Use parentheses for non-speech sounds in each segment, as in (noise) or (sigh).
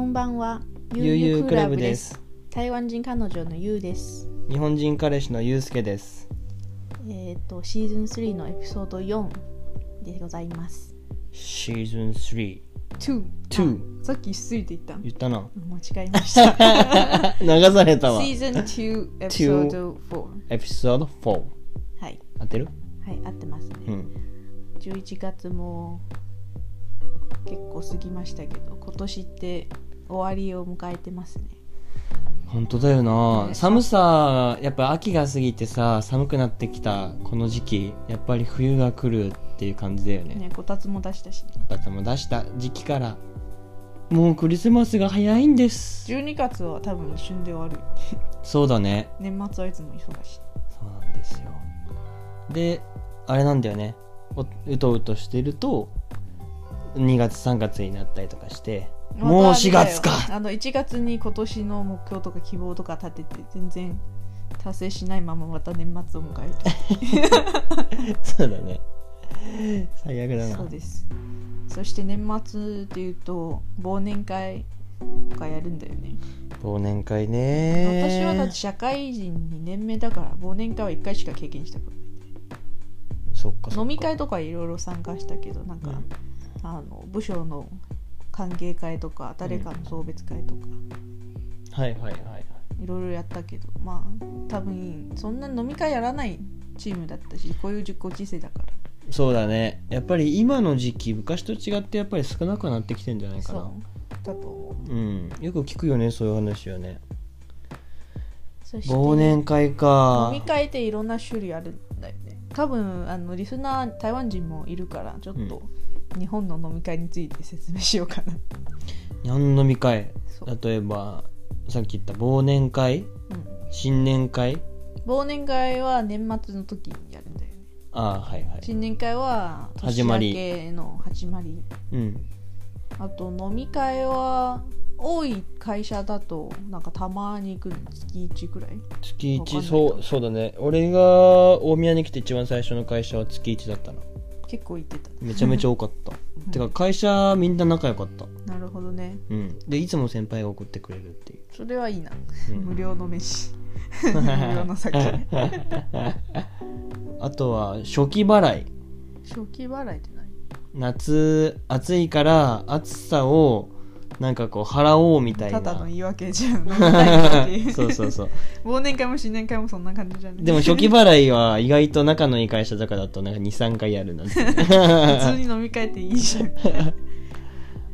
んばんは。ゆうゆうクラブです。台湾人彼女のゆうです。日本人彼氏のゆうすけですえっ、とシーズン3のエピソード4でございます。シーズン3 2。 2さっき3って言った。言ったな (laughs) 間違えました。流されたわシーズン2エピソード4。エピソード4はい。当てるはい、合ってますね。うん11月も結構過ぎましたけど、今年って終わりを迎えてますね。本当だよなね寒さやっぱ秋が過ぎてさ寒くなってきたこの時期やっぱり冬が来るっていう感じだよねね、こたつも出したし、ね。パパも出した時期からもうクリスマスが早いんです12月は多分一瞬で終わる。そうだね年末はいつも忙しい。そうなんですよであれなんだよねおうとうとしてると2月3月になったりとかして (laughs) もう4月かあの1月に今年の目標とか希望とか立てて全然達成しないまままた年末を迎えそうだね最悪だるなそうですそして年末っていうと忘年会とかやるんだよね、忘年会ね私はだって社会人2年目だから忘年会は1回しか経験したことないそっかそっか飲み会とかいろいろ参加したけどなんか、うんあの部署の歓迎会とか誰かの送別会とか、はいはいはいはいいろいろやったけどまあ多分そんな飲み会やらないチームだったしこういうご時世だかそうだねやっぱり今の時期昔と違ってやっぱり少なくなってきてんじゃないらかそなうだと思ううんよく聞くよねそういう話よねそして忘年会か飲み会っていろんな種類あるんだよね多分あのリスナー台湾人もいるからちょっと日本の飲み会について説明しようかな、日本の飲み会そう、例えばさっき言った忘年会うん、新年会忘年会は年末の時にやるんだよねああはいはい、新年会は始年ま明りけの始まりうん、あと飲み会は多い会社だとなんかたまに行く月1くらい月わかんな一いそうそうだね俺が大宮に来て一番最初の会社は月一だったな結構行ってためちゃめちゃ多かった (laughs) てか会社みんな仲良かったなるほどねうんでいつも先輩が送ってくれるっていう、それはいいな、うん無 (laughs) 料の飯無料の酒あとは初期払い初期払いって何夏暑いから暑さをなんかこう払おうみたいたなだの言い訳じゃん飲みたいってい (laughs) そうそうそう忘年会も新年会もそんな感じじゃないでも初期払いは意外と仲のいい会社とかだとなんか23回やるなん (laughs) て普通に飲み会っていい (laughs) じゃん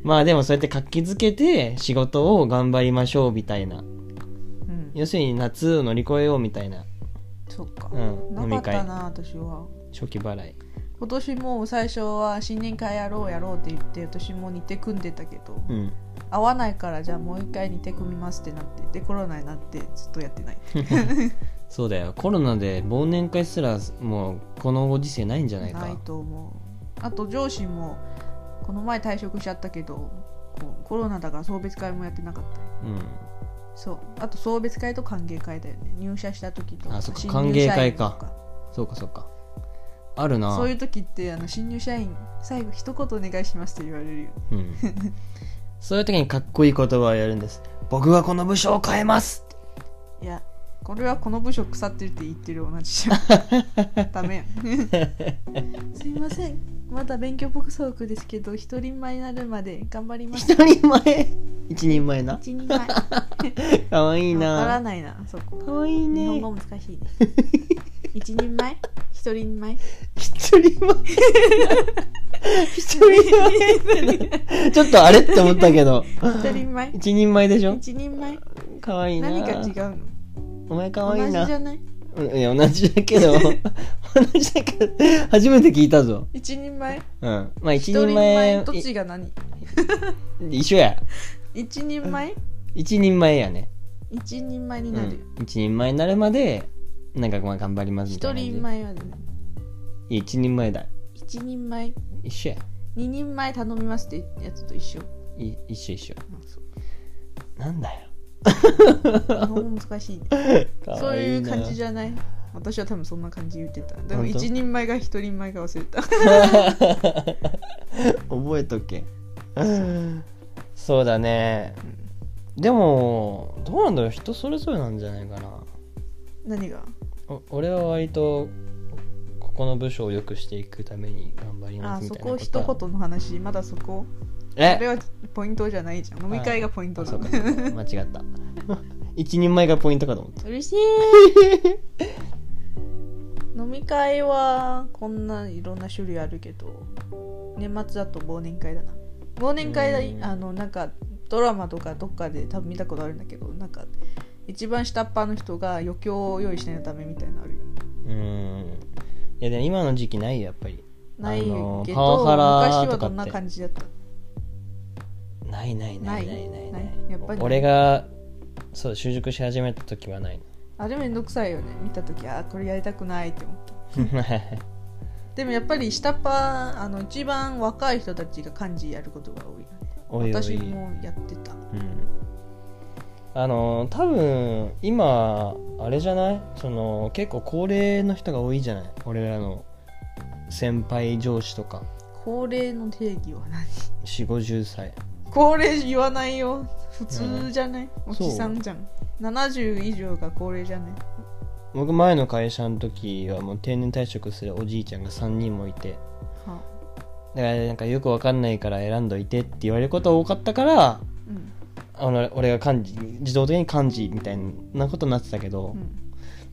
まあでもそうやって活気づけて仕事を頑張りましょうみたいなうん要するに夏を乗り越えようみたいな、そっか、うんなかったな私は初期払い今年もう最初は新年会やろうやろうって言って私も日程組んでたけど、うん合わないからじゃあもう一回日程組みますってなってでコロナになってずっとやってないそうだよコロナで忘年会すらもうこのご時世ないんじゃないかないと思うあと上司もこの前退職しちゃったけどこうコロナだから送別会もやってなかったうんそうあと送別会と歓迎会だよね入社した時とあそっか新歓入迎社員会とかそうかそうかあるなそういう時ってあの新入社員最後一言お願いしますって言われるようんそういう時にかっこいい言葉をやるんです僕はこの部署を変えますいやこれはこの部署腐ってるって言ってる同じじゃん (laughs) ダメやんすいませんまだ勉強不足ですけど一人前になるまで頑張ります一人前一人前な一人前わかわいいからなないなそこかわいい日本ね語難しいね一人前一人前一人 (laughs) 前一人前 (laughs) ちょっとあれって思ったけど一人前一人前でしょ一人前かわいいな何が違うのお前かわいい同じじゃなないうんいや同じだけど (laughs) 同じだけど初めて聞いたぞ一人前うんまあ一一人人前前どっちが何い一緒や一人前一人前やね一人前にうなるよん一人前になるまでなんかまあ頑張りますみた一いな感じ人前はねいや一人前だ一人前一緒や二人前頼みますってやつと一緒い一緒一緒なんだよ日本語難しいねかそうわいいうな感じじゃない私は多分そんな感じ言ってたでも本当一人前が一人前が忘れた (laughs) 覚えとけそうだねうんでもどうなんだろう人それぞれなんじゃないかな何がお俺は割とここの部署を良くしていくために頑張りまあすみそたいなここと一は言の話まだそこそれえはポイントじゃないじゃん飲み会がポイントあだそううか間違った (laughs) 一人前がポイントかと思ったるしい (laughs) 飲み会はこんないろんな種類あるけど年末だと忘年会だな忘年会だいうんあのなんかドラマとかどっかで多分見たことあるんだけどなんか一番下っ端の人が余興を用意しないためみたいなのあるようーんいやでも今の時期ないよやっぱりないあのけパワどハラ昔はとかどってんな感じだったないないないなないいないなないいやっぱり俺がそう就職し始めた時はないあれめんどくさいよね見た時あーこれやりたくないって思ったなでもやっぱり下っ端あの一番若い人たちが漢字やることが多いよねおいおい私もやってたうんあの多分今あれじゃないその結構高齢の人が多いじゃない俺らの先輩上司とか高齢の定義は何 (laughs) 4 5 0歳高齢言わないよ普通じゃない、うんおじさんじゃん70以上が高齢じゃない僕前の会社の時はもう定年退職するおじいちゃんが3人もいてはだからなんかよくわかんないから選んどいてって言われることが多かったからうんあの俺が漢字自動的に漢字みたいなことになってたけど、うん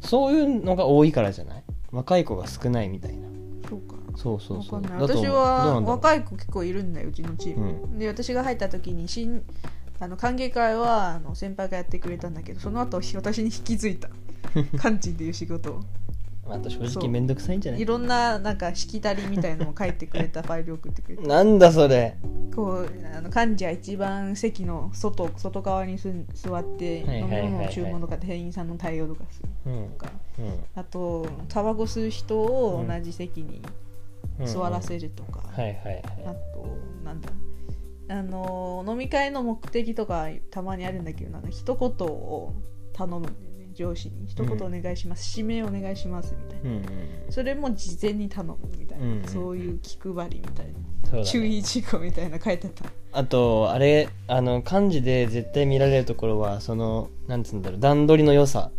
そういうのが多いからじゃない若い子が少ないみたいなそうかそうそうわそかうんないだと私思うはどうなんだろ若い子結構いるんだようちのチーム、うで私が入った時に新あの歓迎会はあの先輩がやってくれたんだけどその後私に引き継い (laughs) だ漢字っていう仕事をうあと正そう直めんどくさいんじゃないいろんななんかしきたりみたいのを書いてくれたファイルを送ってくれ (laughs) てなんだそれこうあの幹事は一番席の外外側にすん座ってはい飲はいはいみは物いの注文とか店員さんの対応とかするうんとかうんあとタバコ吸う人を同じ席にうん座らせるとか、はいはいはいあとなんだあの飲み会の目的とかたまにあるんだけどなんか一言を頼むんだよね上司に一言お願いします、指名お願いしますみたいなうんうんそれも事前に頼むみたいな、うんうんうんそういう気配りみたいな、そうだね注意事項みたいな書いてたあとあれあの漢字で絶対見られるところはそのなんつうんだろう段取りの良さ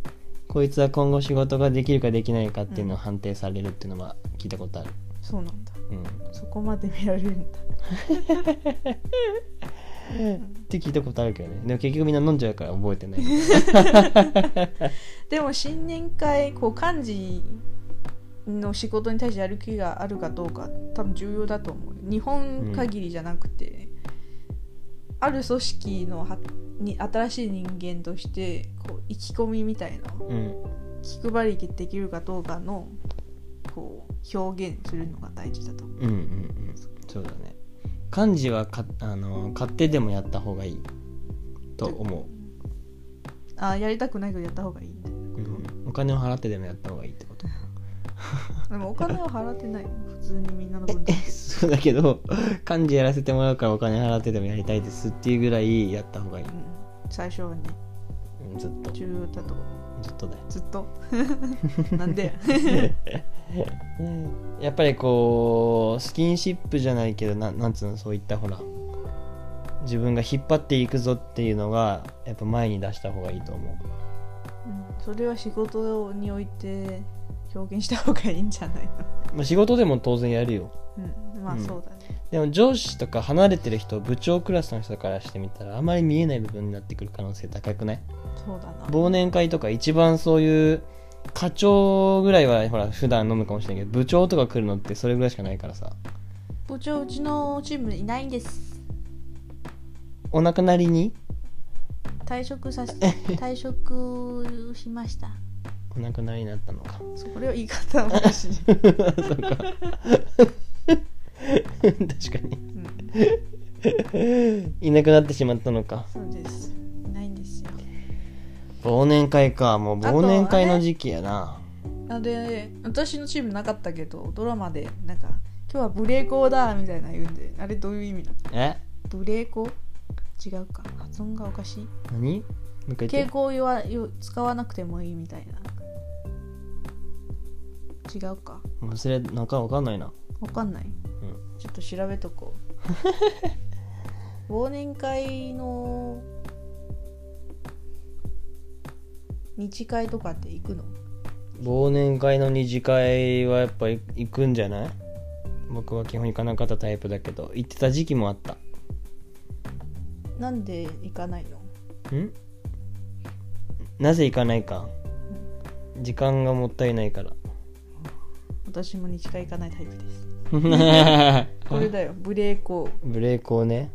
こいつは今後仕事ができるかできないかっていうのを判定されるっていうのは聞いたことある、そうなんだうんっそこまで見られるんだて聞いたことあるけどねでも結局みんな飲んじゃうから覚えてないでも新年会こう幹事の仕事に対してやる気があるかどうか多分重要だと思う日本限りじゃなくて、ある組織のはに新しい人間としてこう意気込みみたいなうん気配りできるかどうかのこう表現するのが大事だと思ううんうんうんそうだね漢字はかあの買ってでもやった方がいいと思あやりたくないけどやった方がいいみたいなう、こうと、ん、お金を払ってでもやった方がいいってことでもお金は払ってない普通にみんなの分だけそうだけど (laughs) 漢字やらせてもらうからお金払ってでもやりたいですっていうぐらいやった方がいいうん最初はねうんずっとず重要だと思うっとだよ (laughs) ずっと (laughs) なんでやっぱりこうスキンシップじゃないけどななんつうのそういったほら自分が引っ張っていくぞっていうのがやっぱ前に出した方がいいと思うんそれは仕事において表現した方がいいんじゃないのう、まあ、仕事でも当然やるようんまあうんそうだね、でも上司とか離れてる人部長クラスの人からしてみたらあまり見えない部分になってくる可能性高くないそうだな忘年会とか一番そういう課長ぐらいはほら普段飲むかもしれないけど部長とか来るのってそれぐらいしかないからさ部長うちのチームいないんですお亡くなりに退職させ退職しましたお亡くなりになったのか (laughs) それは言い方おかしい、そうか確かにうん、いなくなってしまったのかそうですいないんですよ忘年会かもうあとあ忘れ年会の時期やなあで私のチームなかったけどドラマでなんか「今日はブレーコーだ」みたいな言うんであれどういう意味なのえブレーコー違うか発音がおかしい何もう一回言敬って語を言わよ使わなくてもいいみたいな違うか忘れなんかわかんないなわかんないうんちょっと調 (laughs) べとこう忘年会の二次会とかって行くの忘年会の二次会はやっぱ行行くんじゃない僕は基本行かなかったタイプだけど行ってた時期もあったなんで行かないのんなぜ行かないか時間がもったいないから私も二次会行かないタイプですこれだよ無礼講ブレーコーね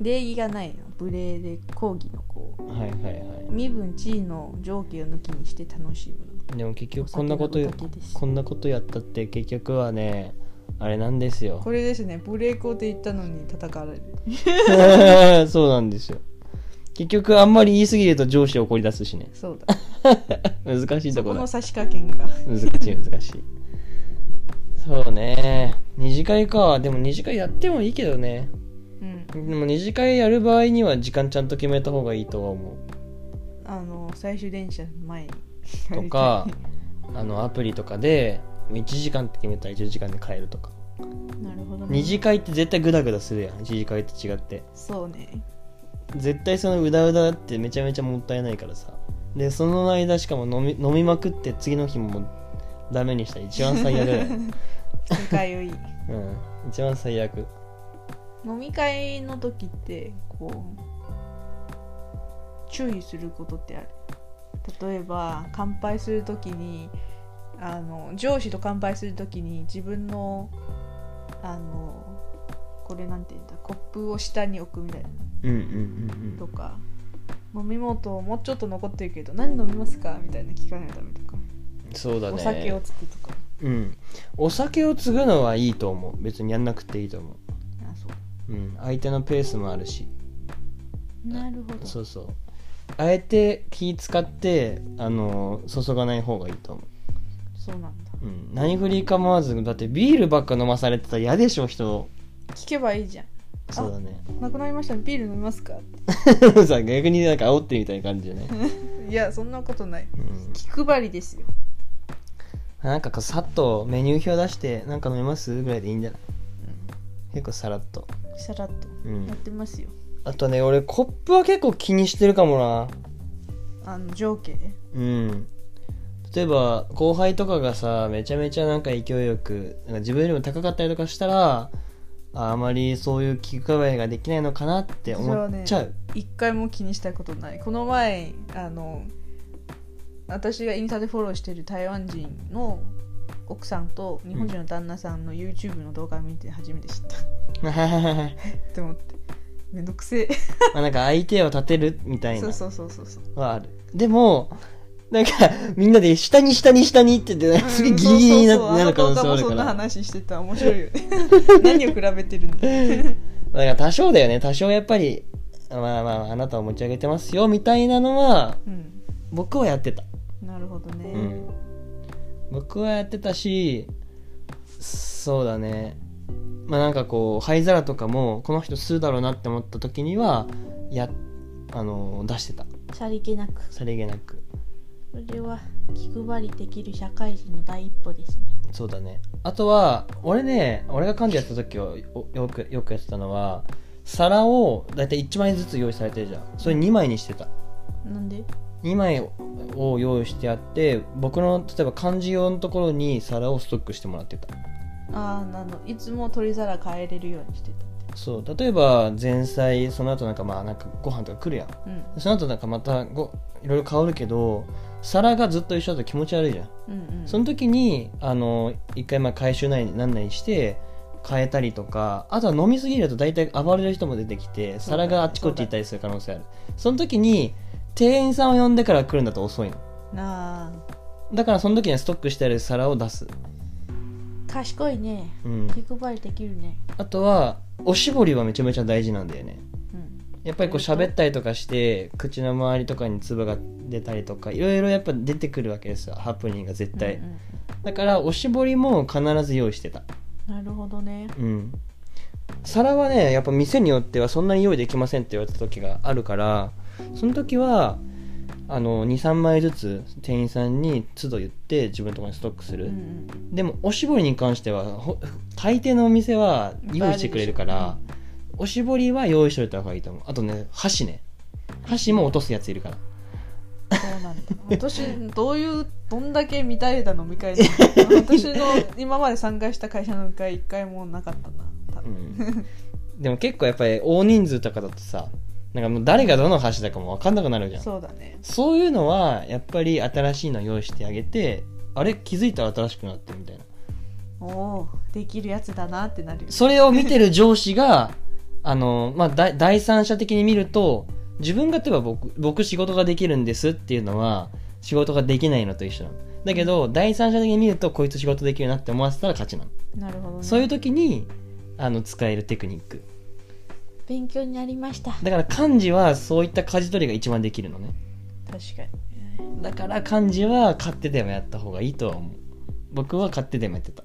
礼儀がないの無礼で講義のこうはいはいは身分地位の上下を抜きにして楽しむいでも結局こんなことお酒のおかげですこんなことやったって結局はねあれなんですよこれですね無礼講って言ったのに叩かれる (laughs) そうなんですよ結局あんまり言い過ぎると上司怒り出すしねそうだ難しいとそここだの差し加減が難しい難しいそうね二次会かでも二次会やってもいいけどねうんでも二次会やる場合には時間ちゃんと決めた方がいいとは思あの最終電車の前にうとかあのアプリとかで1時間って決めたら1時間で帰るとか (laughs) なるほど、ね、二次会って絶対グダグダするやん一次会と違ってそうね絶対そのうだうだってめちゃめちゃもったいないからさでその間しかも飲み飲みまくって次の日もダメにしたら一番最悪 (laughs) だよ、二回をいいうん、一番最悪飲み会の時ってこう注意することってある例えば乾杯する時にあの上司と乾杯する時に自分のあのこれなんて言うんだコップを下に置くみたいなうんうんうんとか飲み物もうちょっと残ってるけど何飲みますかみたいな聞かないためとか、そうだねお酒をつくとかうんお酒を継ぐのはいいと思う別にやんなくていいと思あそうう、うん、相手のペースもあるしなるほどそうそうあえて気使ってあの注がない方がいいと思そうなんだう、うん、何振り構わずだってビールばっか飲まされてたら嫌でしょ人を聞けばいいじゃんそうだねなくなりましたねビール飲みますか (laughs) さ逆になんか煽ってるみたいな感じじゃない、いやそんなことないうん、気配りですよなんかこうさっとメニュー表出してなんか飲めますぐらいでいいんじゃない、結構さらっとさらっとうんやってますよ、あとね俺コップは結構気にしてるかもなあの情景うん例えば後輩とかがさめちゃめちゃなんか勢いよくなんか自分よりも高かったりとかしたらああまりそういう気配りができないのかなって思っちゃう、一回も気にしたことないこの前あの私がインスタでフォローしてる台湾人の奥さんと日本人の旦那さんの YouTube の動画を見て初めて知った、って思ってめんどくせえ (laughs) まあなんか相手を立てるみたいそなうそうそうそうそうはあるでもなんかみんなで下に下に下にって言って (laughs) すげえギリギリになうんなる可能性そうそはうそうあの動画もあるそかんなら話してた面白いよ (laughs) ね何を比べてるんだだから多少だよね多少やっぱりまあまああなたを持ち上げてますよみたいなのはうん僕はやってたなるほどね、うん、僕はやってたしそうだねまあなんかこう灰皿とかもこの人吸うだろうなって思った時にはやあの出してたさりげなくさりげなくそれは気配りできる社会人の第一歩ですねそうだねあとは俺ね俺が幹事やった時はおよくよくやってたのは皿をだいたい1枚ずつ用意されてるじゃんそれ2枚にしてたなんで2枚を用意してあって僕の例えば漢字用のところに皿をストックしてもらってたああなのいつも取り皿変えれるようにしてそう例えば前菜その後なんかまあなんかご飯とか来るやんたうんその後なんかまたごいろいろ変わるけど皿がずっと一緒だと気持ち悪いじゃん、うんうんその時にあの一回まあ回収ないなんないして変えたりとかあとは飲みすぎると大体暴れる人も出てきそてうだ皿ねがあっちこっち行ったりする可能性あるその時に店員さんを呼んでから来るんだと遅いのなあだからその時にはストックしてある皿を出す、賢いねうん、気配りできるねあとはおしぼりはめちゃめちゃ大事なんだよねうんやっぱりこう喋ったりとかして口の周りとかに粒が出たりとかいろいろやっぱ出てくるわけですよハプニングが絶対、うんうんだからおしぼりも必ず用意してたなるほどねうん皿はねやっぱ店によってはそんなに用意できませんって言われた時があるからその時はあの23枚ずつ店員さんに都度言って自分のところにストックすうる、んうんでもおしぼりに関してはほ大抵のお店は用意してくれるからおしぼりは用意しといた方がいいと思うあとね箸ね箸も落とすやついるからそうなんだ (laughs) 私どういうどんだけ見たれた飲み (laughs) 会なの私の今まで参加した会社の飲み会一回もなかったな多う分 (laughs) ん、でも結構やっぱり大人数とかだとさなんかもう誰がどの箸だかも分かんなくなるじゃんそうだねそういうのはやっぱり新しいの用意してあげてあれ気づいたら新しくなってるみたいなおおーできるやつだなってなるよそれを見てる上司があの、まあ、だ第三者的に見ると自分が例えば僕僕仕事ができるんですっていうのは仕事ができないのと一緒なのだけど第三者的に見るとこいつ仕事できるなって思わせたら勝ちなのなるほど、ね、そういう時にあの使えるテクニック勉強になりましただから漢字はそういった舵取りが一番できるのね確かにだから漢字は勝手でもやった方がいいとは思う僕は勝手でもやってた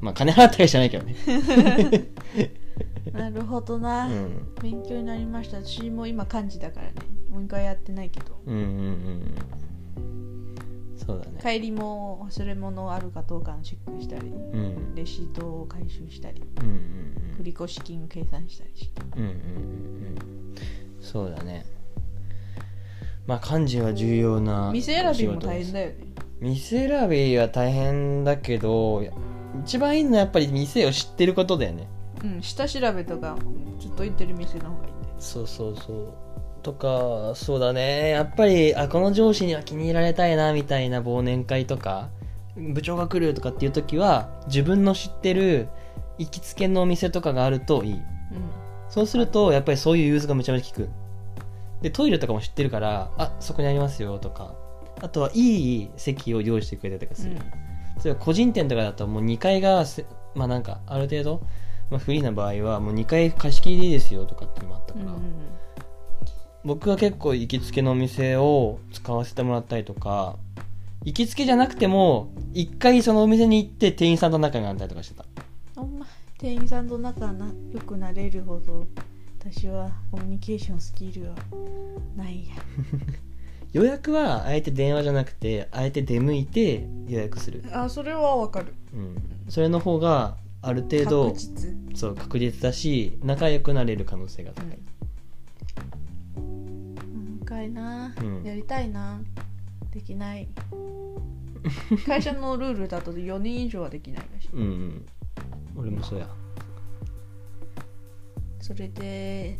まあ金払ったりじゃないけどねなるほどうな、ん勉強になりました私も今漢字だからねもう一回やってないけどうんうんうんうんそうだね、帰りも忘れ物あるかどうかのチェックしたりうんうんレシートを回収したりうん繰越金を計算したりしてうんうんうんうんうんそうだねまあ漢字は重要な店選びも仕事大です変だよね店選びは大変だけど一番いいのはやっぱり店を知ってることだよねうん下調べとかずっと行ってる店の方がいいねそうそうそうとかそうだねやっぱりあこの上司には気に入られたいなみたいな忘年会とか部長が来るとかっていう時は自分の知ってる行きつけのお店とかがあるといいそうするとやっぱりそういう融通がめちゃめちゃ効くでトイレとかも知ってるからあそこにありますよとかあとはいい席を用意してくれたりとかする、それは個人店とかだともう2階がせまあなんかある程度、まあ、フリーな場合はもう2階貸し切りでいいですよとかっていうのもあったうかん、うら、んうん僕は結構行きつけのお店を使わせてもらったりとか行きつけじゃなくても一回そのお店に行って店員さんと仲があったりとかしてたお前店員さんと仲な良くなれるほど私はコミュニケーションスキルはないや予約はあえて電話じゃなくてあえて出向いて予約する、あそれはわかるうん、それの方がある程度確実そう確実だし仲良くなれる可能性が高い、うんかいな、うんやりたいなできない会社のルールだと4人以上はできないらしいうんうん俺もそうやそれで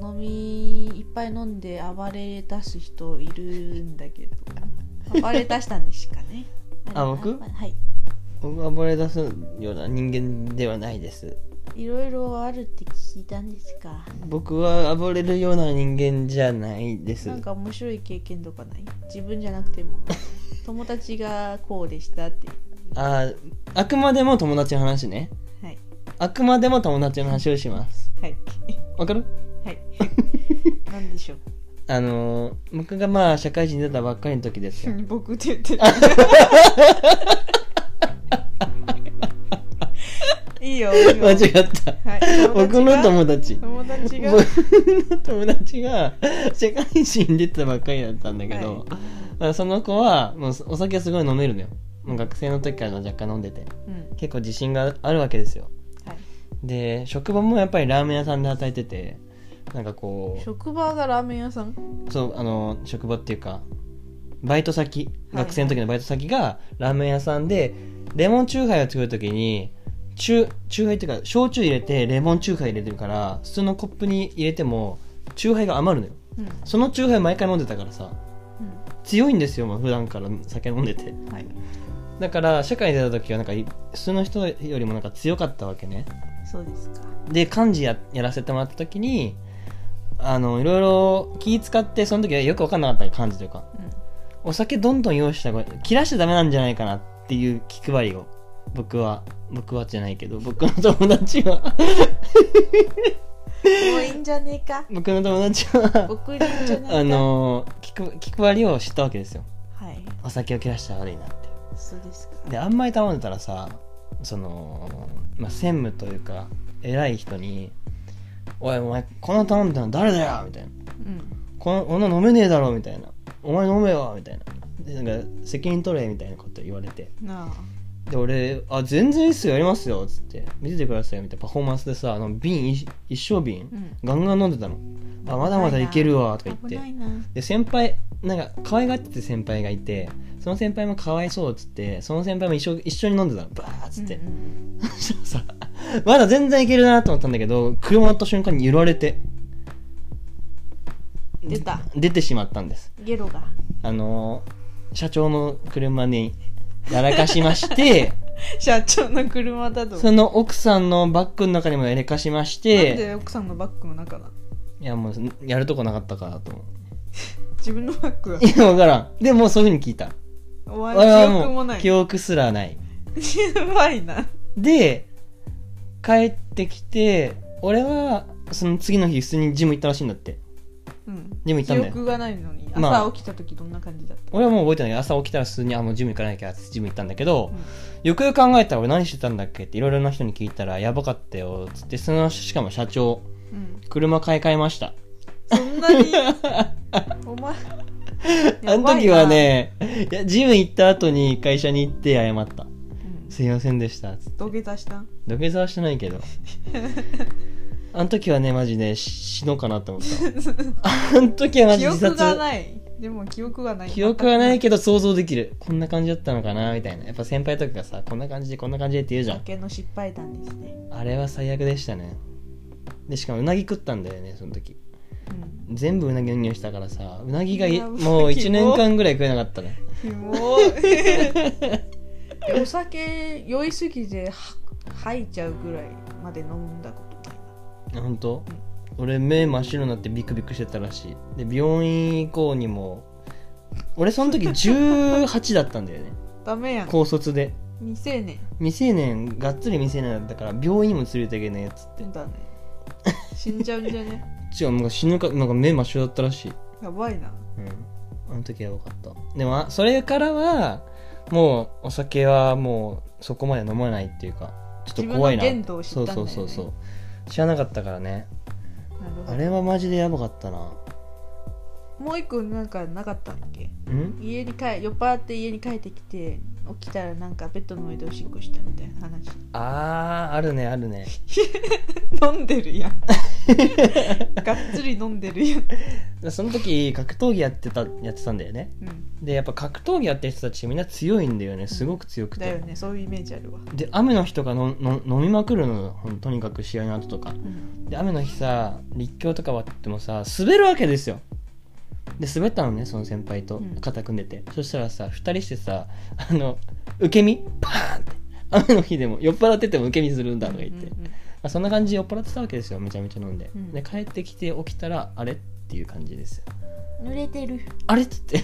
飲みいっぱい飲んで暴れ出す人いるんだけど暴れ出したんですかね (laughs) あれ僕はい僕は暴れ出すような人間ではないですいろいろあるって聞いたんですが僕は暴れるような人間じゃないですなんか面白い経験とかない自分じゃなくても友達がこうでしたってあーあくまでも友達の話ねはいあくまでも友達の話をしますはいわかるはい (laughs) なんでしょうあのー僕がまあ社会人出たばっかりの時ですよ僕って言ってる (laughs) いいよいいよ (laughs) 間違ったはい、僕の友達友達が僕の (laughs) 友達が社会人出たばっかりだったんだけど、まあその子はもうお酒すごい飲めるのよもう学生の時から若干飲んでてうん結構自信があるわけですよはい、で職場もやっぱりラーメン屋さんで働いててなんかこう職場がラーメン屋さんそうあの職場っていうかバイト先はい学生の時のバイト先がラーメン屋さんでレモンチューハイを作る時にチュチューハイっていうか焼酎入れてレモンチューハイ入れてるから普通のコップに入れてもチューハイが余るのようん、うそのチューハイ毎回飲んでたからさん、強いんですよもう普段から酒飲んでてはいだから社会に出た時はなんかい普通の人よりもなんか強かったわけねそうですかで漢字ややらせてもらった時にあのいろいろ気使ってその時はよく分かんなかったの漢字というかうお酒どんどん用意した方が切らしちゃダメなんじゃないかなっていう気配りを僕は僕はじゃないけど僕の友達は (laughs) ん、もういいんじゃねえか僕の友達は僕いるんじゃねえかあの気く気配りを知ったわけですよはいお酒を切らしたら悪いなってそうですかであんまり頼んでたらさその、まあ、専務というか偉い人に「おいお前この頼んだの誰だよ!」みたいなうんこの女飲めねえだろみたいなお前飲めよみたいなでなんか責任取れみたいなこと言われてなあで俺「あ全然いいっすよやりますよ」っつって「見ててくださいよ」みたいなパフォーマンスでさあの瓶一一升瓶うんガンガン飲んでたの「あまだまだいけるわ」とか言っ危てないなで先輩なんか可愛がってて先輩がいてその先輩もかわいそうっつってその先輩も一緒一緒に飲んでたのバーっつって、うんそしたらさ (laughs) まだ全然いけるなと思ったんだけど車乗った瞬間に揺られて出た出てしまったんですうんゲロがあのー社長の車にやらかしまして (laughs) 社長の車だとその奥さんのバッグの中にもやらかしましなんてで奥さんのバッグの中だいやもうやるとこなかったからと思う自分のバッグはいや分からんでもうそういうふうに聞いたお前俺はの記憶もない記や憶すらない (laughs) ばいなで帰ってきて俺はその次の日普通にジム行ったらしいんだってうんジム行ったんだ記よ憶がないのにまあ朝起きた時どんな感じだった、俺はもう覚えてないけど朝起きたら普通にあもうジム行かなきゃってジム行ったんだけど、うんよくよく考えたら俺何してたんだっけっていろいろな人に聞いたらやばかったよっつってそのしかも社長 (laughs) うん、車買い替えましたそんなにお前 (laughs) あの時は、ねいやジム行った後に会社に行って謝やったばいなうん「すいませんでした」つって土下座した土下座はしてないけ (laughs) どあの時はねマジねし死のうかなって思ったあの時はマジ記自憶殺がないでも記憶がない記憶はないけけど想像できるこんな感じだったのかなみたいなやっぱ先輩とかがさこんな感じでこんな感じでって言うじゃん酒の失敗談ですね、あれは最悪でしたねでしかもうなぎ食ったんだよねその時 (laughs) うん、全部うなぎの匂いしたからさうなぎがいいやもううなぎ1年間ぐらい食えなかったねひもい (laughs) お酒酔いすぎては吐いちゃうぐらいまで飲んだことない本当俺目真っ白になってビクビクしてたらしいで病院以降にも俺その時18だったんだ (laughs) よねダメやん高卒で未成年未成年がっつり未成年だったから病院にも連れていけねえっつってだ (laughs) ね死んじゃうんじゃね違うなんか死ぬかなんか目真っ白だったらしいやばいなうん、あの時は良かったでもあそれからはもうお酒はもうそこまで飲まないっていうかちょっと怖いな自分の限度を知ったんだよねそうそうそうそう知らなかったからねなるほどあれはマジでやばかったなもう一個なんかなかったっけん家に帰酔っ払って家に帰ってきて起きたらなんかベッドの上でおしっこしたみたいな話あーあるねあるね (laughs) 飲んでるやん (laughs) がっつり飲んでるやん、でその時格闘技やってたやってたんだよねうん、でやっぱ格闘技やってる人たちみんな強いんだよねすごく強くだよて、ねそういうイメージあるわ、で雨の日とかのの飲みまくるのよほんとにかく試合の後とかうんで雨の日さ立教とかはってもさ滑るわけですよで滑ったのねその先輩とうん肩組んでて、そしたらさ2人してさあの受け身パーンって雨の日でも酔っ払ってても受け身するんだとか言って、うんうんまうんあ、そんな感じで酔っ払ってたわけですよめちゃめちゃ飲んで、うんで帰ってきて起きたらあれっていう感じですよ濡れてるあれっつって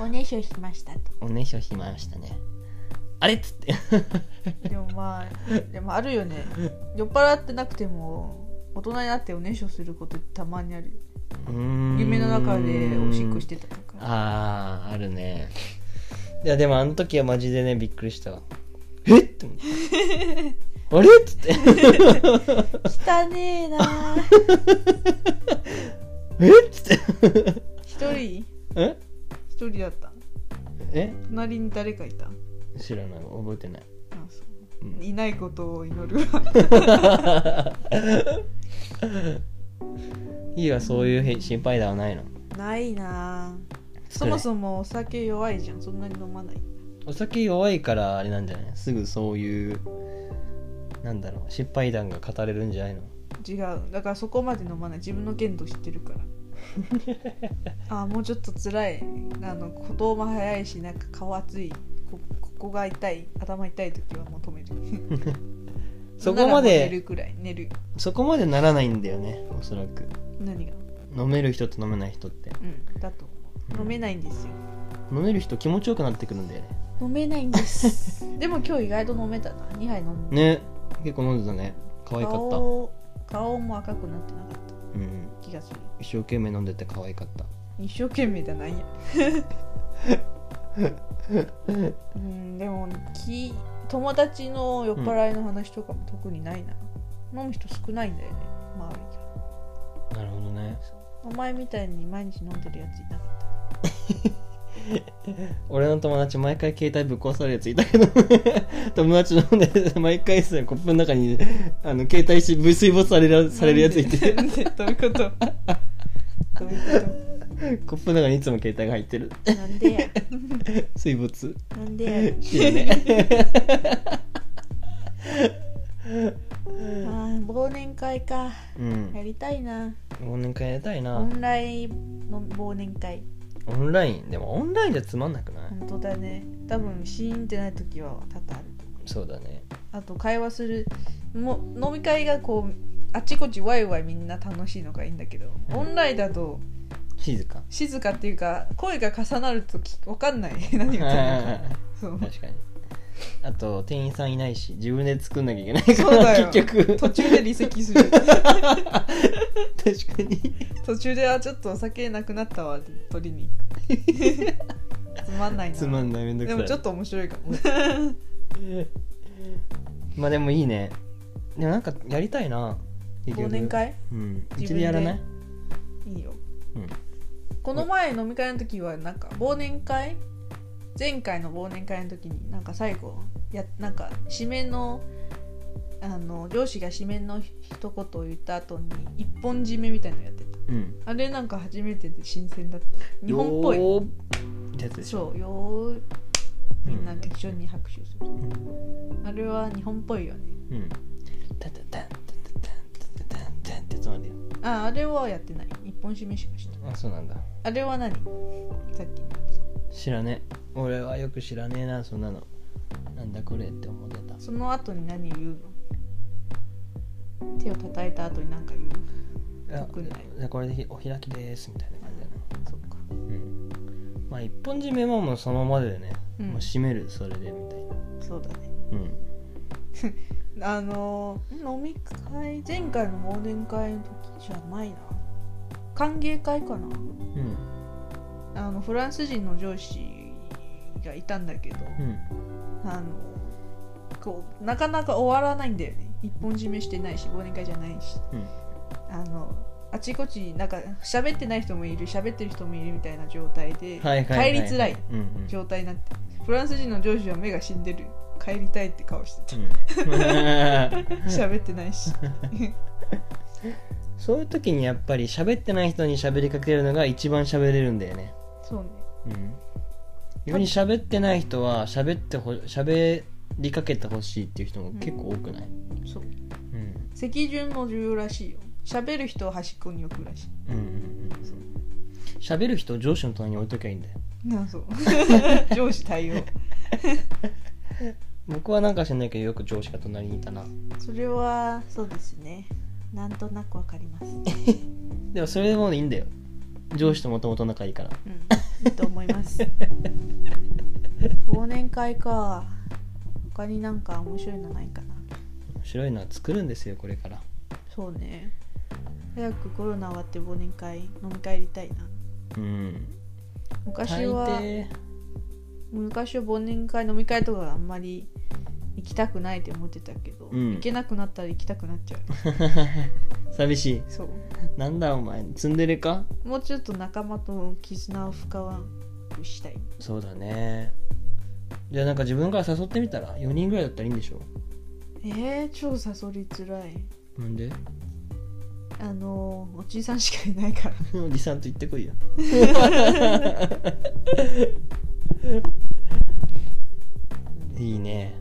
おねしょしましたと (laughs) おねしょしましたねあれっつっ (laughs) てでもまあでもあるよね酔っ払ってなくても大人になっておねしょすることってたまにあるようーん夢の中でおしっこしてたとかあーあるねいやでもあの時はマジでねびっくりしたわえっって思ってあれっつって汚ねえなあえっつって (laughs) (laughs) 一人え一人だったえ隣に誰かいたあ知らない覚えてないそううんいないことを祈るわ (laughs) いいわそういうへ心配だはないのないなあそもそもお酒弱いじゃんそんなに飲まないお酒弱いからあれなんじゃないすぐそういうなんだろう失敗談が語れるんじゃないの違うだからそこまで飲まない自分の限度知ってるからあーもうちょっと辛いあの鼓動も早いしなんか顔熱いこここが痛い頭痛い時はもう止めるそこならもまう寝でるくらい寝るそこまでならないんだよねおそらく何が飲める人と飲めない人ってうんだとうん飲めないんですよ飲める人気持ちよくなってくるんだよね飲めないんです (laughs) でも今日意外と飲めたな2杯飲んでね結構飲んでたね可愛かった、う顔顔も赤くなってなかっん、た気がする一生懸命飲んでて可愛かった一生懸命じゃ (laughs) ないやうんでもき友達の酔っ払いの話とかも特にないな、飲む人少ないんだよね周りがなるほどねお前みたいに毎日飲んでるやついなかっ俺の友達毎回携帯ぶっ壊されるやついたけど (laughs) 友達のね毎回ですねコップの中にあの携帯し水没されるされるやついてなんで (laughs) どういうことどういうコップの中にいつも携帯が入ってることなんでや水没なんで (laughs) いいよ (laughs) ねやあー忘年会かうんやりたいな忘年会やりたいオなンラインの忘年会オンラインでもオンラインじゃつまんなくない、本当だね多分シーンってない時は多々あるそうだねあと会話するも飲み会がこうあちこちワイワイみんな楽しいのがいいんだけど、うんオンラインだと静か静かっていうか声が重なるとき分かんない (laughs) 何言ってるのかそう (laughs) 確かにあと店員さんいないし自分で作んなきゃいけないからそうだよ (laughs) 結局途中で離席する確かに途中であちょっとお酒なくなったわって取りに (laughs) 行くつまんないなつまんないめんどくでさいもちょっと面白いかもまあでもいいねでもなんかやりたいな結忘局年会うんう自分でちでやらないいいよ、うんこの前飲み会の時はなんか忘年会前回の忘年会の時になんか最後やなんか締めのあの上司が締めの一言を言った後に一本締めみたいなのやってたうんあれなんか初めてで新鮮だった日本っぽいよーってやつでしょそうよーいみんな一緒に拍手する、うんあれは日本っぽいよねうんタンタンタンタンタンタンタンタンタンってつまんでよああれはやってない一本締めしましたあそうなんだあれは何さっきの知らねえ俺はよく知らねえなそんなのなんだこれって思ってたその後に何言うの手を叩いた後に何か言うあ特にないじゃあこれでお開きですみたいな感じだなそっかうんまあ一本締めはもうそのままでね、うんもう締めるそれでみたいなそうだねうんあのー飲み会前回の忘年会の時じゃないな歓迎会かなうんあのフランス人の上司がいたんだけど、うんあのこうなかなか終わらないんだよね一本締めしてないし忘年会じゃないしうんあのあちこちなんか喋ってない人もいる喋ってる人もいるみたいな状態で、はいはい、はい、帰りづらいうんうん状態になってフランス人の上司は目が死んでる帰りたいって顔してたうん喋ってない (laughs) しそういう時にやっぱり喋ってない人に喋りかけるのが一番喋れるんだよねそうねうん逆に喋ってない人は喋ってほ喋りかけてほしいっていう人も結構多くないそううん席順も重要らしいよ喋る人を端っこに置くらしいうんうんうん喋る人を上司の隣に置いときゃいいんだよなあ (laughs) そう上司対応僕はなんか知んないけどよく上司が隣にいたなそれはそうですねなんとなくわかりますでもそれでもいいんだよ上司ともともと仲いいからうん、いいと思います (laughs) 忘年会か他になんか面白いのないかな面白いのは作るんですよこれからそうね早くコロナ終わって忘年会飲み会やりたいなうん昔は大抵昔は忘年会飲み会とかあんまり行きたくないって思ってたけど、うん行けなくなったら行きたくなっちゃう (laughs) 寂しいそうなんだお前ツンデレかもうちょっと仲間と絆を深くしたいそうだねじゃあなんか自分から誘ってみたら4人ぐらいだったらいいんでしょえー、超誘いづらいなんであのおじいさんしかいないからおじさんと行ってこいよいいね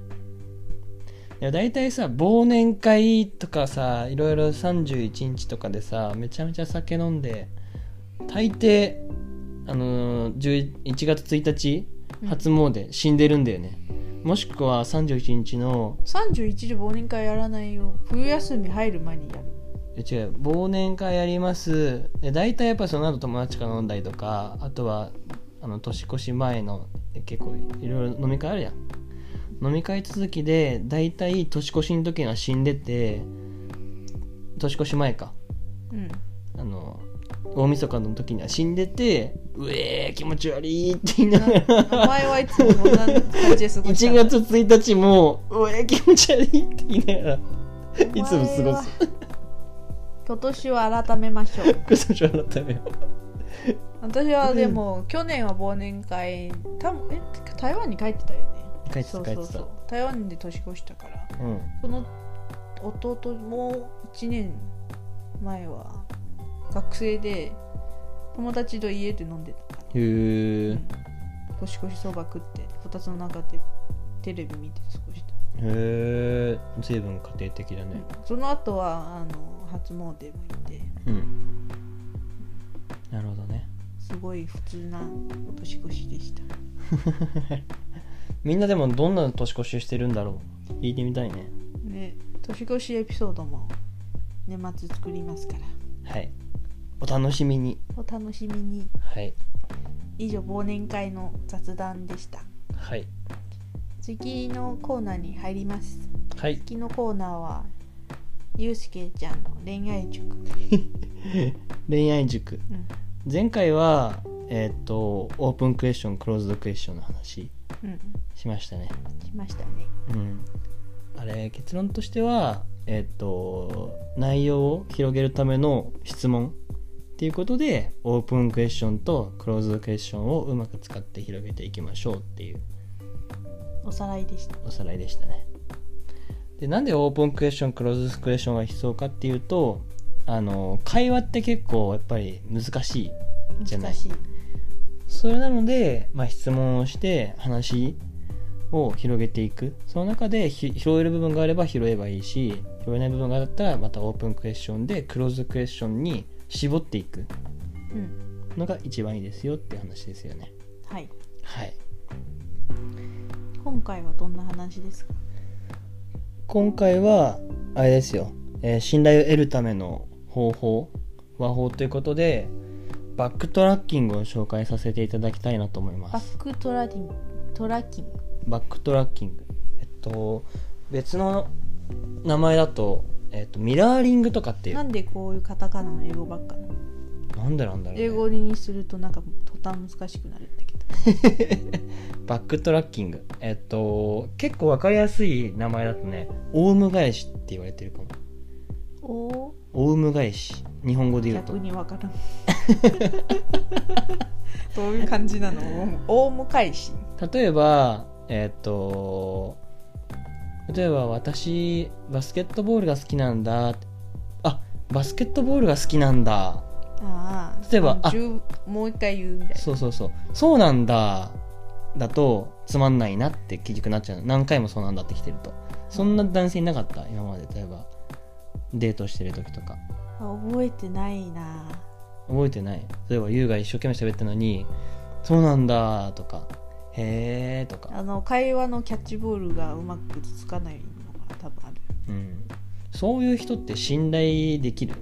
いや大体さ忘年会とかさいろいろ31日とかでさめちゃめちゃ酒飲んで大抵あのー、11月1日初詣死んでるんだよね、もしくは31日の31で忘年会やらないよ冬休み入る前にやるえ違う忘年会やりますで大体やっぱその後友達から飲んだりとかあとはあの年越し前のえ結構いろいろ飲み会あるやん飲み会続きで大体年越しの時には死んでて年越し前かうんあの大晦日の時には死んでて「うえー気持ち悪い」って言いなが名ら前はいつもこんな感じで過ごして1月1日も「うえー気持ち悪い」って言いながらい (laughs) つも過ごす今年は改めましょう (laughs) 今年は改めよう私はでも、去年は忘年会たえ台湾に帰ってたよね帰ってた帰ってたう台湾で年越したからうんその弟も1年前は学生で友達と家で飲んでたからへえ年越しそば食ってこたつの中でテレビ見て過ごした、へえ随分家庭的だねうんその後はあの初詣も行ってうんなるほどねすごい普通な年越しでしたみんなでもどんな年越ししてるんだろう聞いてみたいねね年越しエピソードも年末作りますからはいお楽しみにお楽しみにはい以上忘年会の雑談でしたはい次のコーナーに入りますはい次のコーナーはゆうすけちゃんの恋愛塾恋愛塾うん前回はえーっ、とオープンクエスチョンクローズドクエスチョンの話うんしましたねしましたねうんあれ結論としてはえーっ、と内容を広げるための質問っていうことでオープンクエスチョンとクローズドクエスチョンをうまく使って広げていきましょうっていうおさらいでしたおさらいでしたねでなんでオープンクエスチョンクローズドクエスチョンが必要かっていうとあの会話って結構やっぱり難しいじゃない難しいそれなので、まあ、質問をして話を広げていくその中でひ拾える部分があれば拾えばいいし拾えない部分があったらまたオープンクエスチョンでクローズクエスチョンに絞っていくうんのが一番いいですよって話ですよねはいはい今回はどんな話ですか今回はあれですよ、えー信頼を得るための方法和法ということでバックトラッキングを紹介させていただきたいなと思いますバックトラディングトラッキングバックトラッキングえっと別の名前だと,、えっとミラーリングとかっていうななんでこういうカタカナの英語ばっかなのんでなんだろう、ね、英語にするとなんか途端難しくなるんだけどバックトラッキングえっと結構わかりやすい名前だとねオウム返しって言われてるかもおオウム返し日本語で言うと逆にわからん (laughs) どういう感じなのオウム返し例えばえっと例えば私バスケットボールが好きなんだあバスケットボールが好きなんだああ例えばあ10もう一回言うみたいそうそうそうそうなんだだとつまんないなって結局なっちゃう何回もそうなんだって来てるとそんな男性いなかった今まで例えばデートしてる時とかなあ覚えてないな覚えてない例えば優が一生懸命喋ったのに「そうなんだ」とか「へえ」とかあの会話のキャッチボールがうまくつかないのが多分あるうんそういう人って信頼できる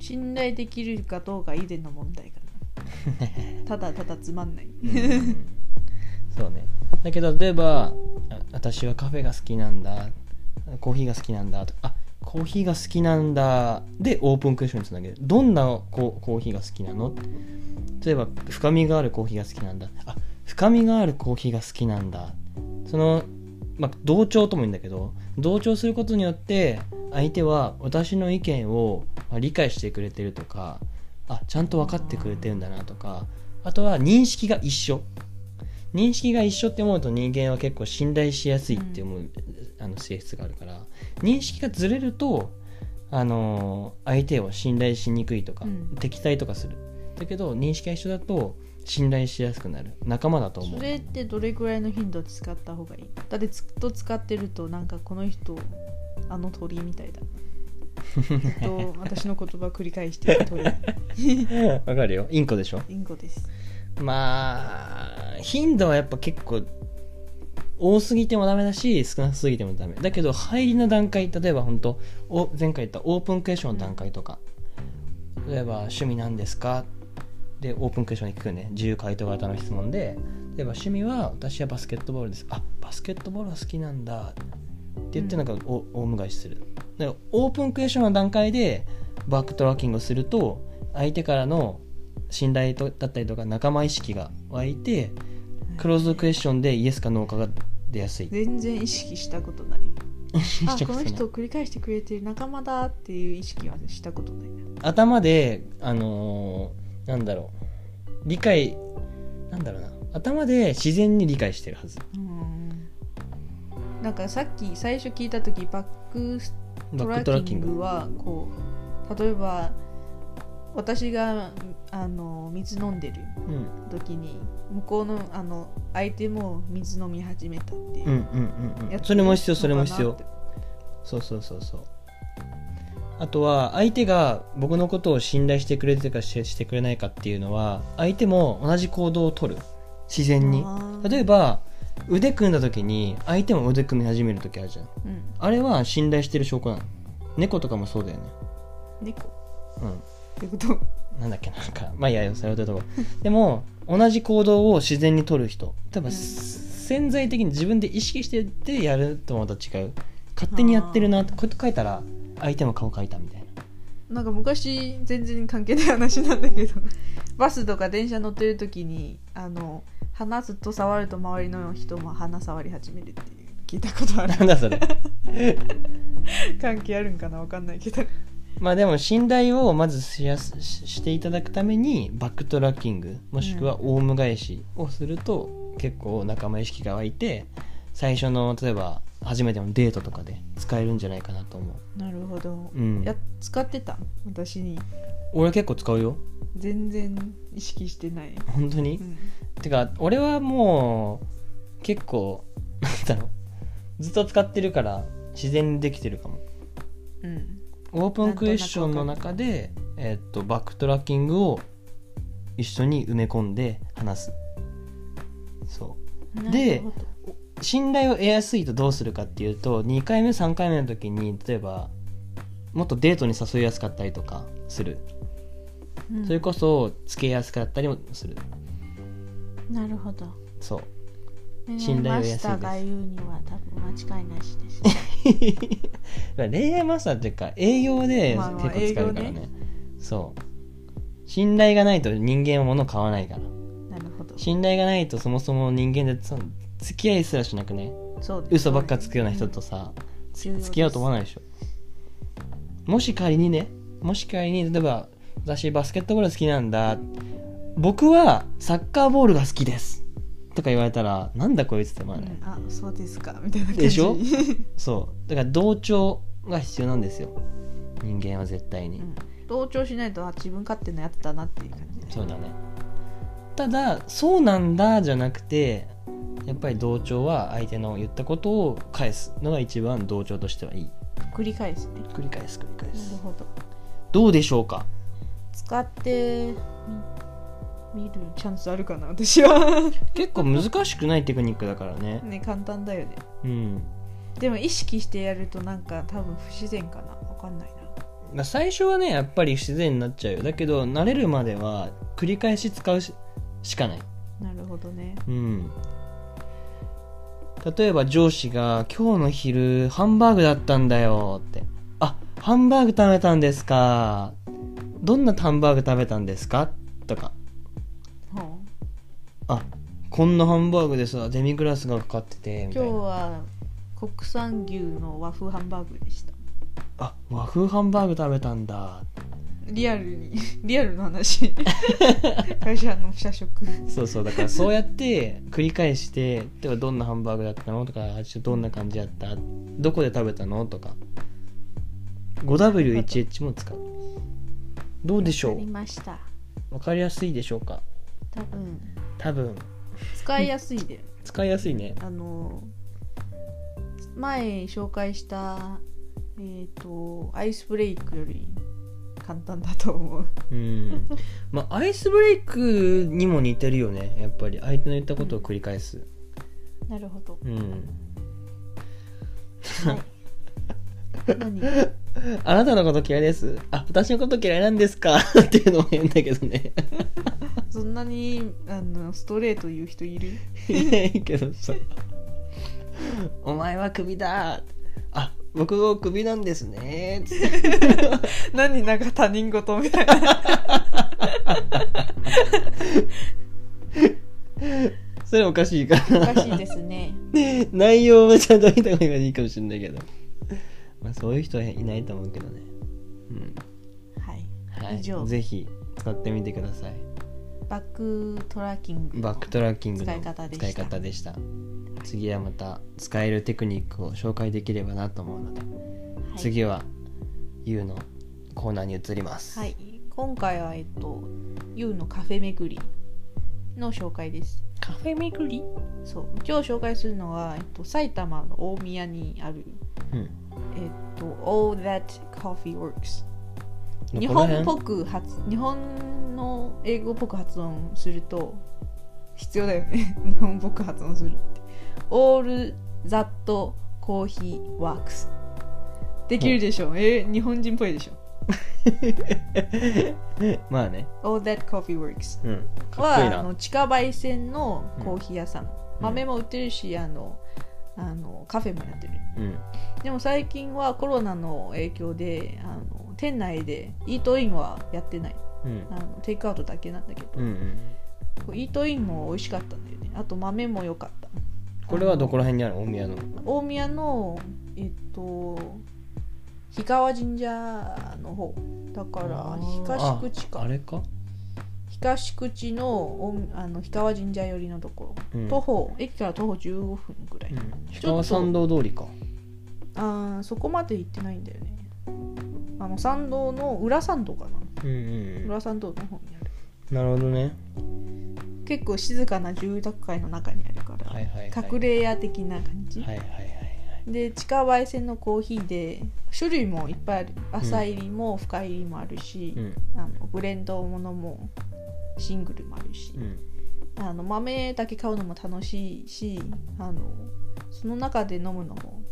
信頼できるかどうか以前の問題 (laughs) かなただただつまんないそうねだけど例えばあ「私はカフェが好きなんだ」「コーヒーが好きなんだ」とか「あコーヒーが好きなんだ」でオープンクエスチョンにつなげるどんなココーヒーが好きなの例えば深みがあるコーヒーが好きなんだあ深みがあるコーヒーが好きなんだその、まあ、同調とも言うんだけど同調することによって相手は私の意見をまあ理解してくれてるとかあちゃんと分かってくれてるんだなとかあとは認識が一緒認識が一緒って思うと人間は結構信頼しやすいって思う、あの性質があるから認識がずれるとあのー相手を信頼しにくいとか、うん敵対とかするだけど認識が一緒だと信頼しやすくなる仲間だと思そうれってどれくらいの頻度で使った方がいいだってずっと使ってるとなんかこの人あの鳥みたいだずっと私の言葉繰り返してる鳥わかるよインコでしょインコですまあ頻度はやっぱ結構多すぎてもダメだし少なすぎてもダメだけど入りの段階例えば本当お前回言ったオープンクエスチョンの段階とか、例えば「趣味なんですか?」でオープンクエスチョンに聞くね自由回答型の質問で例えば「趣味は私はバスケットボールです」「あバスケットボールが好きなんだ」って言ってうなんんかおオウム返しするだからオープンクエスチョンの段階でバックトラッキングをすると相手からの信頼とだったりとか仲間意識が湧いてクローズドクエスチョンでイエスかノーかが出やすい全然意識したことないあこの人繰り返してくれてる仲間だっていう意識はしたことないな頭で、あのーなんだろう理解なんだろうな頭で自然に理解してるはずうんなんかさっき最初聞いた時バックスバトッラクトラッッキキンンググはこう例えば私があの水飲んでるうん時に向こうのあの相手も水飲み始めたっていうんううんうんやうんつそれも必要それも必の要かなってそうそうそうそうあとは相手が僕のことを信頼してくれてるかししてくれないかっていうのは相手も同じ行動をとる自然にあー例えば腕組んだ時に相手も腕組み始める時あるじゃんうんあれは信頼してる証拠なの猫とかもそうだよね猫うんってことなんだっけなんかまあいいやよそれはどうでもでも同じ行動を自然に取る人多分、うん潜在的に自分で意識しててやるとまた違う勝手にやってるなこうやって書いたら相手も顔書いたみたいななんか昔全然関係ない話なんだけど (laughs) バスとか電車乗ってる時にあの鼻ずっと触ると周りの人も鼻触り始めるっていう聞いたことある (laughs) なんだそれ関係あるんかなわかんないけどまあでも信頼をまずしやすししていただくためにバックトラッキングもしくはオウム返しをすると結構仲間意識が湧いて最初の例えば初めてのデートとかで使えるんじゃないかなと思なるほど、う、うんや、使ってた私に俺結構使うよ全然意識してない、本当に、うん、てか俺はもう結構なんだろうずっと使ってるから自然にできてるかもうんオープンクエスチョンの中で、えっとバックトラッキングを一緒に埋め込んで話すそうでなるほど信頼を得やすいとどうするかっていうと2回目3回目の時に例えばもっとデートに誘いやすかったりとかするうんそれこそつけやすかったりもするなるほどそう信信頼頼を得マやすいですスターが言うには多分間違いなしです (laughs) 恋愛マスターっていうか営業でまあまあ結構使えるからね,、営業そう信頼がないと人間は物を買わないから (laughs) なるほど信頼がないとそもそも人間でその付き合いすらしなくねそうです嘘ばっかつくような人とさ、重要です付き合おうと思わないでしょもし仮にねもし仮に例えば私バスケットボール好きなんだ僕はサッカーボールが好きですとか言われたらなんだこいつって思わなうい、んあそうですかみたいな感じで (laughs) しょそうだから同調が必要なんですよ人間は絶対に、うん同調しないとあ自分勝手なやつだなっていう感じそうだねただそうなんだじゃなくてやっぱり同調は相手の言ったことを返すのが一番同調としてはいい繰り返すねな繰り返す繰り返るすほどどうでしょうか使ってみ見るチャンスあるかな私 (laughs) は結構難しくないテクニックだからねね簡単だよねうん、でも意識してやるとなんか多分不自然かなわかんないなまあ、最初はねやっぱり不自然になっちゃうよだけど慣れるまでは繰り返し使うししかないなるほどねうん例えば上司が「今日の昼ハンバーグだったんだよ」って「あハンバーグ食べたんですかどんなハンバーグ食べたんですか?」とかほう「あこんなハンバーグでさデミグラスがかかってて」みた今日いなは国産牛の和風ハンバーグでした「あ和風ハンバーグ食べたんだリアルに (laughs) リアルな (laughs) 話会社の社食」そうそう (laughs) だからそうやって繰り返して「ではどんなハンバーグだったの?」とかあ「どんな感じだった?」「どこで食べたの?」とか 5W1H も使うどうでしょありうましたわかりやすいでしょうか多分多分使いやすいで使いやすいねあの前紹介したえっ、とアイスブレイクより簡単だと思ううん (laughs) まあアイスブレイクにも似てるよねやっぱり相手の言ったことを繰り返すなるほどうん何あなたのこと嫌いですあ私のこと嫌いなんですか (laughs) っていうのも言うんだけどね (laughs) (laughs) そんなにあのストレート言う人いるいないけどさお前はクビだあ僕をクビなんですね (laughs) 何なんか他人事みたいなそれおかしいからおかしいですね (laughs) 内容はちゃんと見た方がいいかもしれないけど、まあ、そういう人はいないと思うけどね、うんはい、はい、以上ぜひ使ってみてくださいバックトラッキングバックトラッキングの使い方でした使い方でした次はまた使えるテクニックを紹介できればなと思うので、はい次は YOU のコーナーに移りますはい今回はえっと YOU のカフェ巡りの紹介ですカフェ巡りそう今日紹介するのは、えっと、埼玉の大宮にあるうんえっと All That Coffee Works 日この本辺っぽく発日本の英語っぽく発音すると必要だよね (laughs) 日本っぽく発音するって All That Coffee Works できるでしょ、えー日本人っぽいでしょまあね All That Coffee Works うんかっこいはいなあの地下焙煎のコーヒー屋さん、豆も売ってるしあのあのカフェもやってるうんでも最近はコロナの影響であの店内でイートインはやってないうんあのテイクアウトだけなんだけど、うんうんこうイートインも美味しかったんだよねあと豆も良かったこれはどこら辺にある大宮の大宮のえっと氷川神社の方だからあー東口かあれか東口のおあの氷川神社寄りのところ、うん徒歩駅から徒歩15分ぐらい、氷川参道通りかあーそこまで行ってないんだよねあの参道の裏参道かなうんうん裏参道の方にあるなるほどね結構静かな住宅街の中にあるから、はいはいはい隠れ家的な感じ、はいはいはいで地下焙煎のコーヒーで種類もいっぱいある浅入りも深入りもあるし、うんあのブレンドものもシングルもあるしう、んあの豆だけ買うのも楽しいしあのその中で飲むのも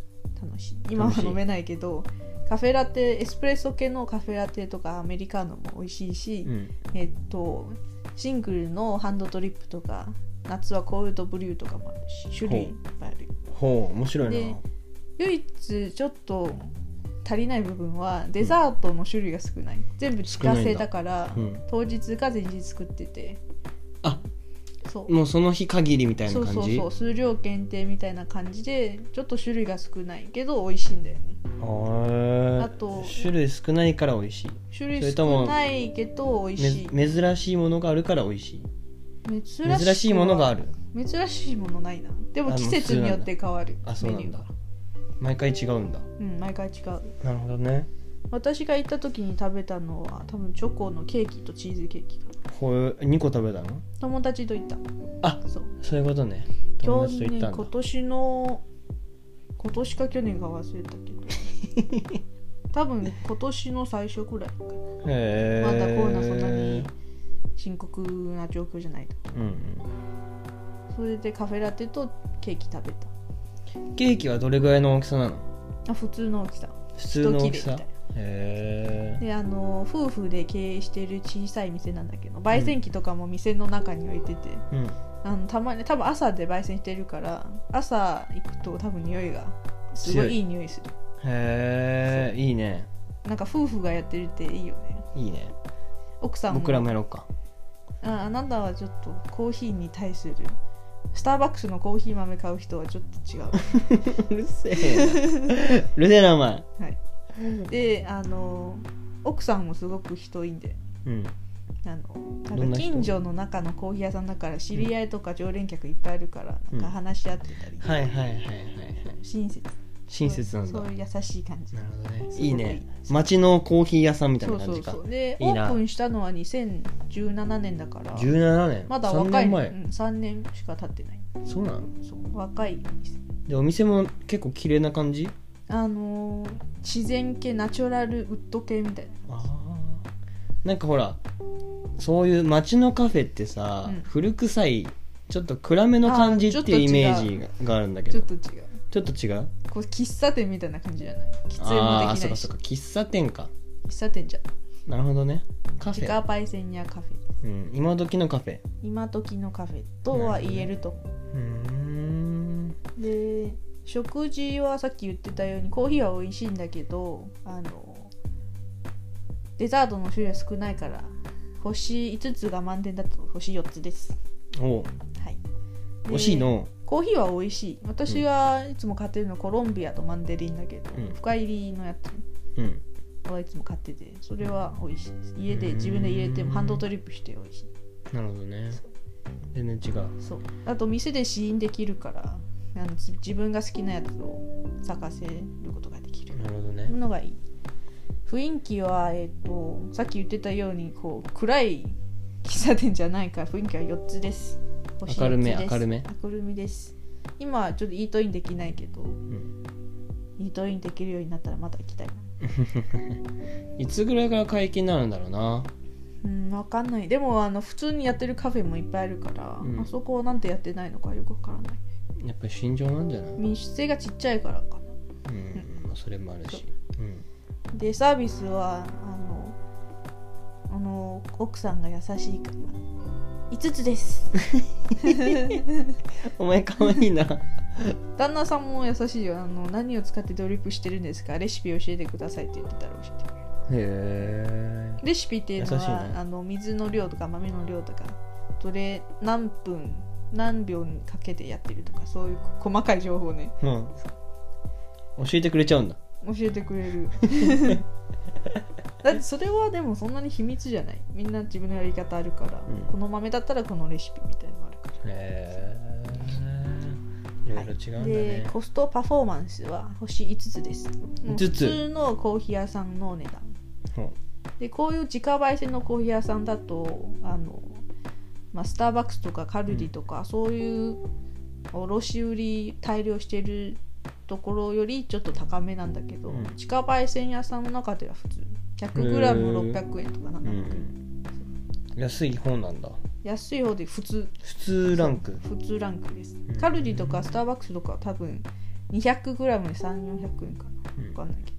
楽しい今楽はしい飲めないけどカフェラテエスプレッソ系のカフェラテとかアメリカーノも美味しいし、うんえっとシングルのハンドトリップとか夏はコールドブリューとかもあるし種類いっぱいあるほう面白いなで唯一ちょっと足りない部分はデザートの種類が少ない、全部自家製だからうん当日か前日作っててあそうもうその日限りみたいそなう感そうじそう数量限定みたいな感じでちょっと種類が少ないけど美味しいんだよねへーあと種類少ないから美味しい種それ類とも少ないけど美味しいめ珍しいものがあるから美味しい珍珍しいものがあるる珍しいものないなであもの季節によって変わるあそうメなニュんーだが毎回違うんだうん毎回違うなるほどね私が行った時に食べたのは多分チョコのケーキとチーズケーキかなほう2個食べたの友達と行ったあそうそういうことね友去達と年行ったんだ今年の今年か去年か忘れたけど (laughs) 多分今年の最初くらいかなへえまだコロナそんなに深刻な状況じゃないとうんそれでカフェラテとケーキ食べうんケーキはどれぐらいの大きさなのたあ普通の大きさ普通の大き一切れさみたいへえであの夫婦で経営している小さい店なんだけど焙煎機とかも店の中に置いてて、うんあのたまに多分朝で焙煎してるから朝行くと多分匂いがすご強いいいい匂いするへえいいねなんか夫婦がやってるっていいよねいいね奥さんも僕らもやろうかああなたはちょっとコーヒーに対するスターバックスのコーヒー豆買う人はちょっと違う (laughs) うるせえなうるせえなお前であの奥さんもすごく人いいんでうんあのなどんかんな人近所の中のコーヒー屋さんだから知り合いとか常連客いっぱいいるからうんなんか話し合ってたり、はいはいはいはいはい親切親切なんだそういう優しい感じなるほどねすごくいいいいね町のコーヒー屋さんみたいな感じかそうそうそうでいいオなープンしたのは2017年だから17年まだ若い3年の前、うん、3年しか経ってないそうなのそう若い店でお店も結構綺麗な感じあのー自然系ナチュラルウッド系みたいあーなんかほらそういう街のカフェってさ、うん古臭いちょっと暗めの感じっていうイメージががあるんだけなちどょっと違うちょっと違うこう喫茶店みたいな感じじゃない喫煙あもであーきそっなかいそしっか喫茶店か喫茶店じゃんなるほどねカフ自ェ、家焙煎やカフェうん、今時のカフェ今時のカフェとは言えると思うーんう、で食事はさっき言ってたようにコーヒーは美味しいんだけどあのデザートの種類は少ないから星5つが満点だと星4つです、おうはい、で惜しいのコーヒーは美味しい私はいつも買ってるのコロンビアとマンデリンだけど、うん深入りのやつうんはいつも買っててそれは美味しいです家で自分で入れてもハンドトリップして美味しいなるほどね全然違うそうあと店で試飲できるからあの自自分が好きなやつを咲かせることができるなるほどねのがいい雰囲気は、えっとさっき言ってたようにこう暗い喫茶店じゃないから雰囲気は4つです星明るめ四つです明るめ明るめです今ちょっとイートインできないけどうん (laughs) イートインできるようになったらまた行きたいいつぐらいから解禁になるんだろうなうんわかんないでもあの普通にやってるカフェもいっぱいあるから、うんあそこなんてやってないのかよくわからないやっぱり心情なんじゃない民主性がちっちゃいからかうん、まあそれもあるしうんなでサービスはあのあの奥さんが優しいから5つです (laughs) お前かわいいな旦那さんも優しいよあの何を使ってドリップしてるんですかレシピ教えてくださいって言ってたら教えてくれるへえレシピっていうの優しいは、ねあの水の量とか豆の量とかどれ何分何秒にかけてやってるとかそういう細かい情報ねうん教えてくれちゃうんだ教えてくれ (laughs) るだってそれはでもそんなに秘密じゃないみんな自分のやり方あるから、うんこの豆だったらこのレシピみたいのあるからへえいろいろ違うんだね、でコストパフォーマンスは星5つですもう5つ普通のコーヒー屋さんのお値段ほでこういう自家焙煎のコーヒー屋さんだとあの、まあ、スターバックスとかカルディとか、そういう卸売り大量してるところよりちょっと高めなんだけど、うん自家焙煎屋さんの中では普通 100g600 円とか700うう円、ん、安い方なんだ安い方で普通普通ランク普通ランクです、うんカルディとかスターバックスとかは多分 200g で3400円かなうんわかんないけど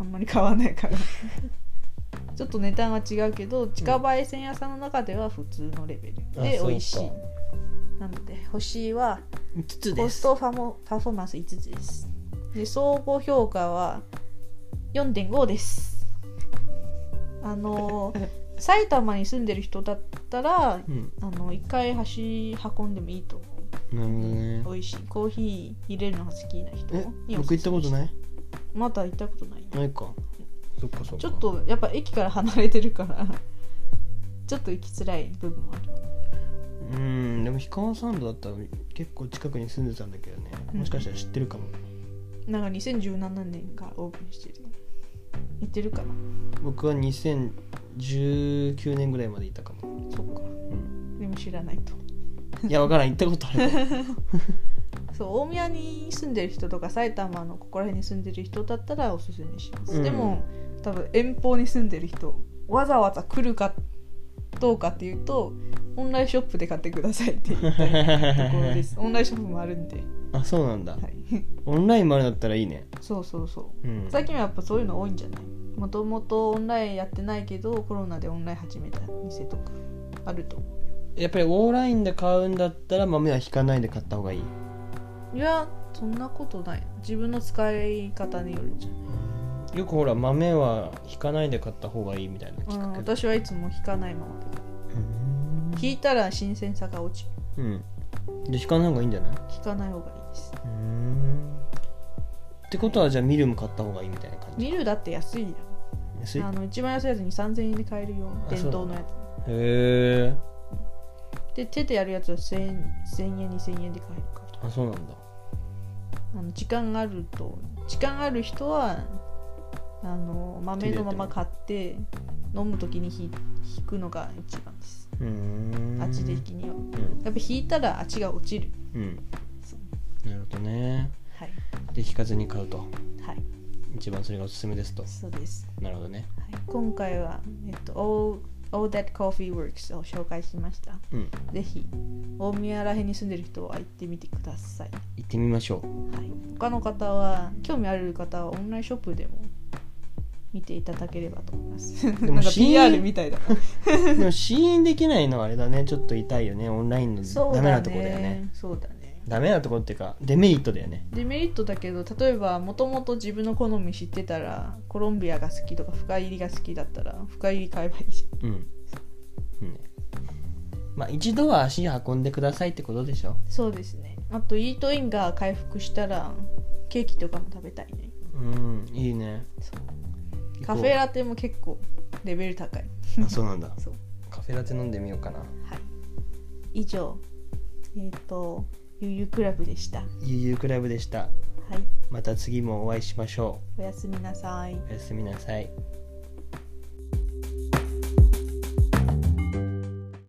あんまり買わないから (laughs) ちょっと値段は違うけど自家焙煎屋さんの中では普通のレベルあでそうか美味しいなので星は5つコでスすトパフォパフォーマンス5つですで総合評価は4.5ですあ (laughs) のー埼玉に住んでる人だったらうんあの一回箸運んでもいいと思なるほどねう美味しいコーヒー入れるのが好きな人えにおすす僕め行ったことないまだ行ったことないないかそっかそっかちょっとやっぱ駅から離れてるからちょっと行きづらい部分もあるうんでも氷川サンドだったら結構近くに住んでたんだけどねうんもしかしたら知ってるかも、なんか2017年からオープンしてる行ってるかな僕は2019年ぐらいまでいたかも、そっかうん、でも知らないといやわからん行ったことあるそう大宮に住んでる人とか埼玉のここら辺に住んでる人だったらおすすめします、うんでも多分遠方に住んでる人わざわざ来るかどうかっていうとオンラインショップで買ってくださいって言ったいところですオンラインショップもあるんで、 (laughs) あそうなんだ、はい、オンラインまでだったらいいねそうそうそううん最近はやっぱそういうの多いんじゃないもともとオンラインやってないけどコロナでオンライン始めた店とかあると思やっぱりオンラインで買うんだったら豆は引かないで買った方がいい、ういやそんなことない自分の使い方によるじゃよくほら豆は引かないで買った方がいいみたいな聞ん、うん、くけど私はいつも引かないままでうん引いたら新鮮さが落ちるうんで引かない方がいいんじゃない引かない方がいいですうんってことはじゃあミルも買った方がいいみたいな感じミルだって安いや安いんあへの一番安いやつに3000円で買えるよあ伝統のやえつで手でやるやつは 1000, 円1000円2000円で買えるからあそうなんだあの時間があると時間ある人はあの豆のまま買って飲む時にひ引くのが一番ですうん味的にはうんやっぱ引いたら味が落ちるうんそうなるほどねはいで引かずに買うとはい一番それがおすすめですとそうです、なるほどねはい、今回は、えっと、All, All That Coffee Works を紹介しましたうんぜひ大宮らへんに住んでる人は行ってみてください、行ってみましょ (laughs) うはい、他の方は興味ある方はオンラインショップでも見ていただければと思いますも (laughs) なんかシーン PR みたいだなでも試飲できないのはあれだねちょっと痛いよねオンラインのそうダメだなとこだよねね。そうだね。ダメなとこっていうかデメリットだよねデメリットだけど例えばもともと自分の好み知ってたらコロンビアが好きとか深入りが好きだったら深入り買えばいいじゃんうん、うんねまあ一度は足運んでくださいってことでしょそうですねあとイートインが回復したらケーキとかも食べたいねうんいいねそうカフェラテも結構レベル高いあそうなんだそうカフェラテ飲んでみようかな以上えっ、とゆうゆうクラブでしたはゆうゆうクラブでしたいまた次もお会いしましょおやすみなさいうおやすみなさい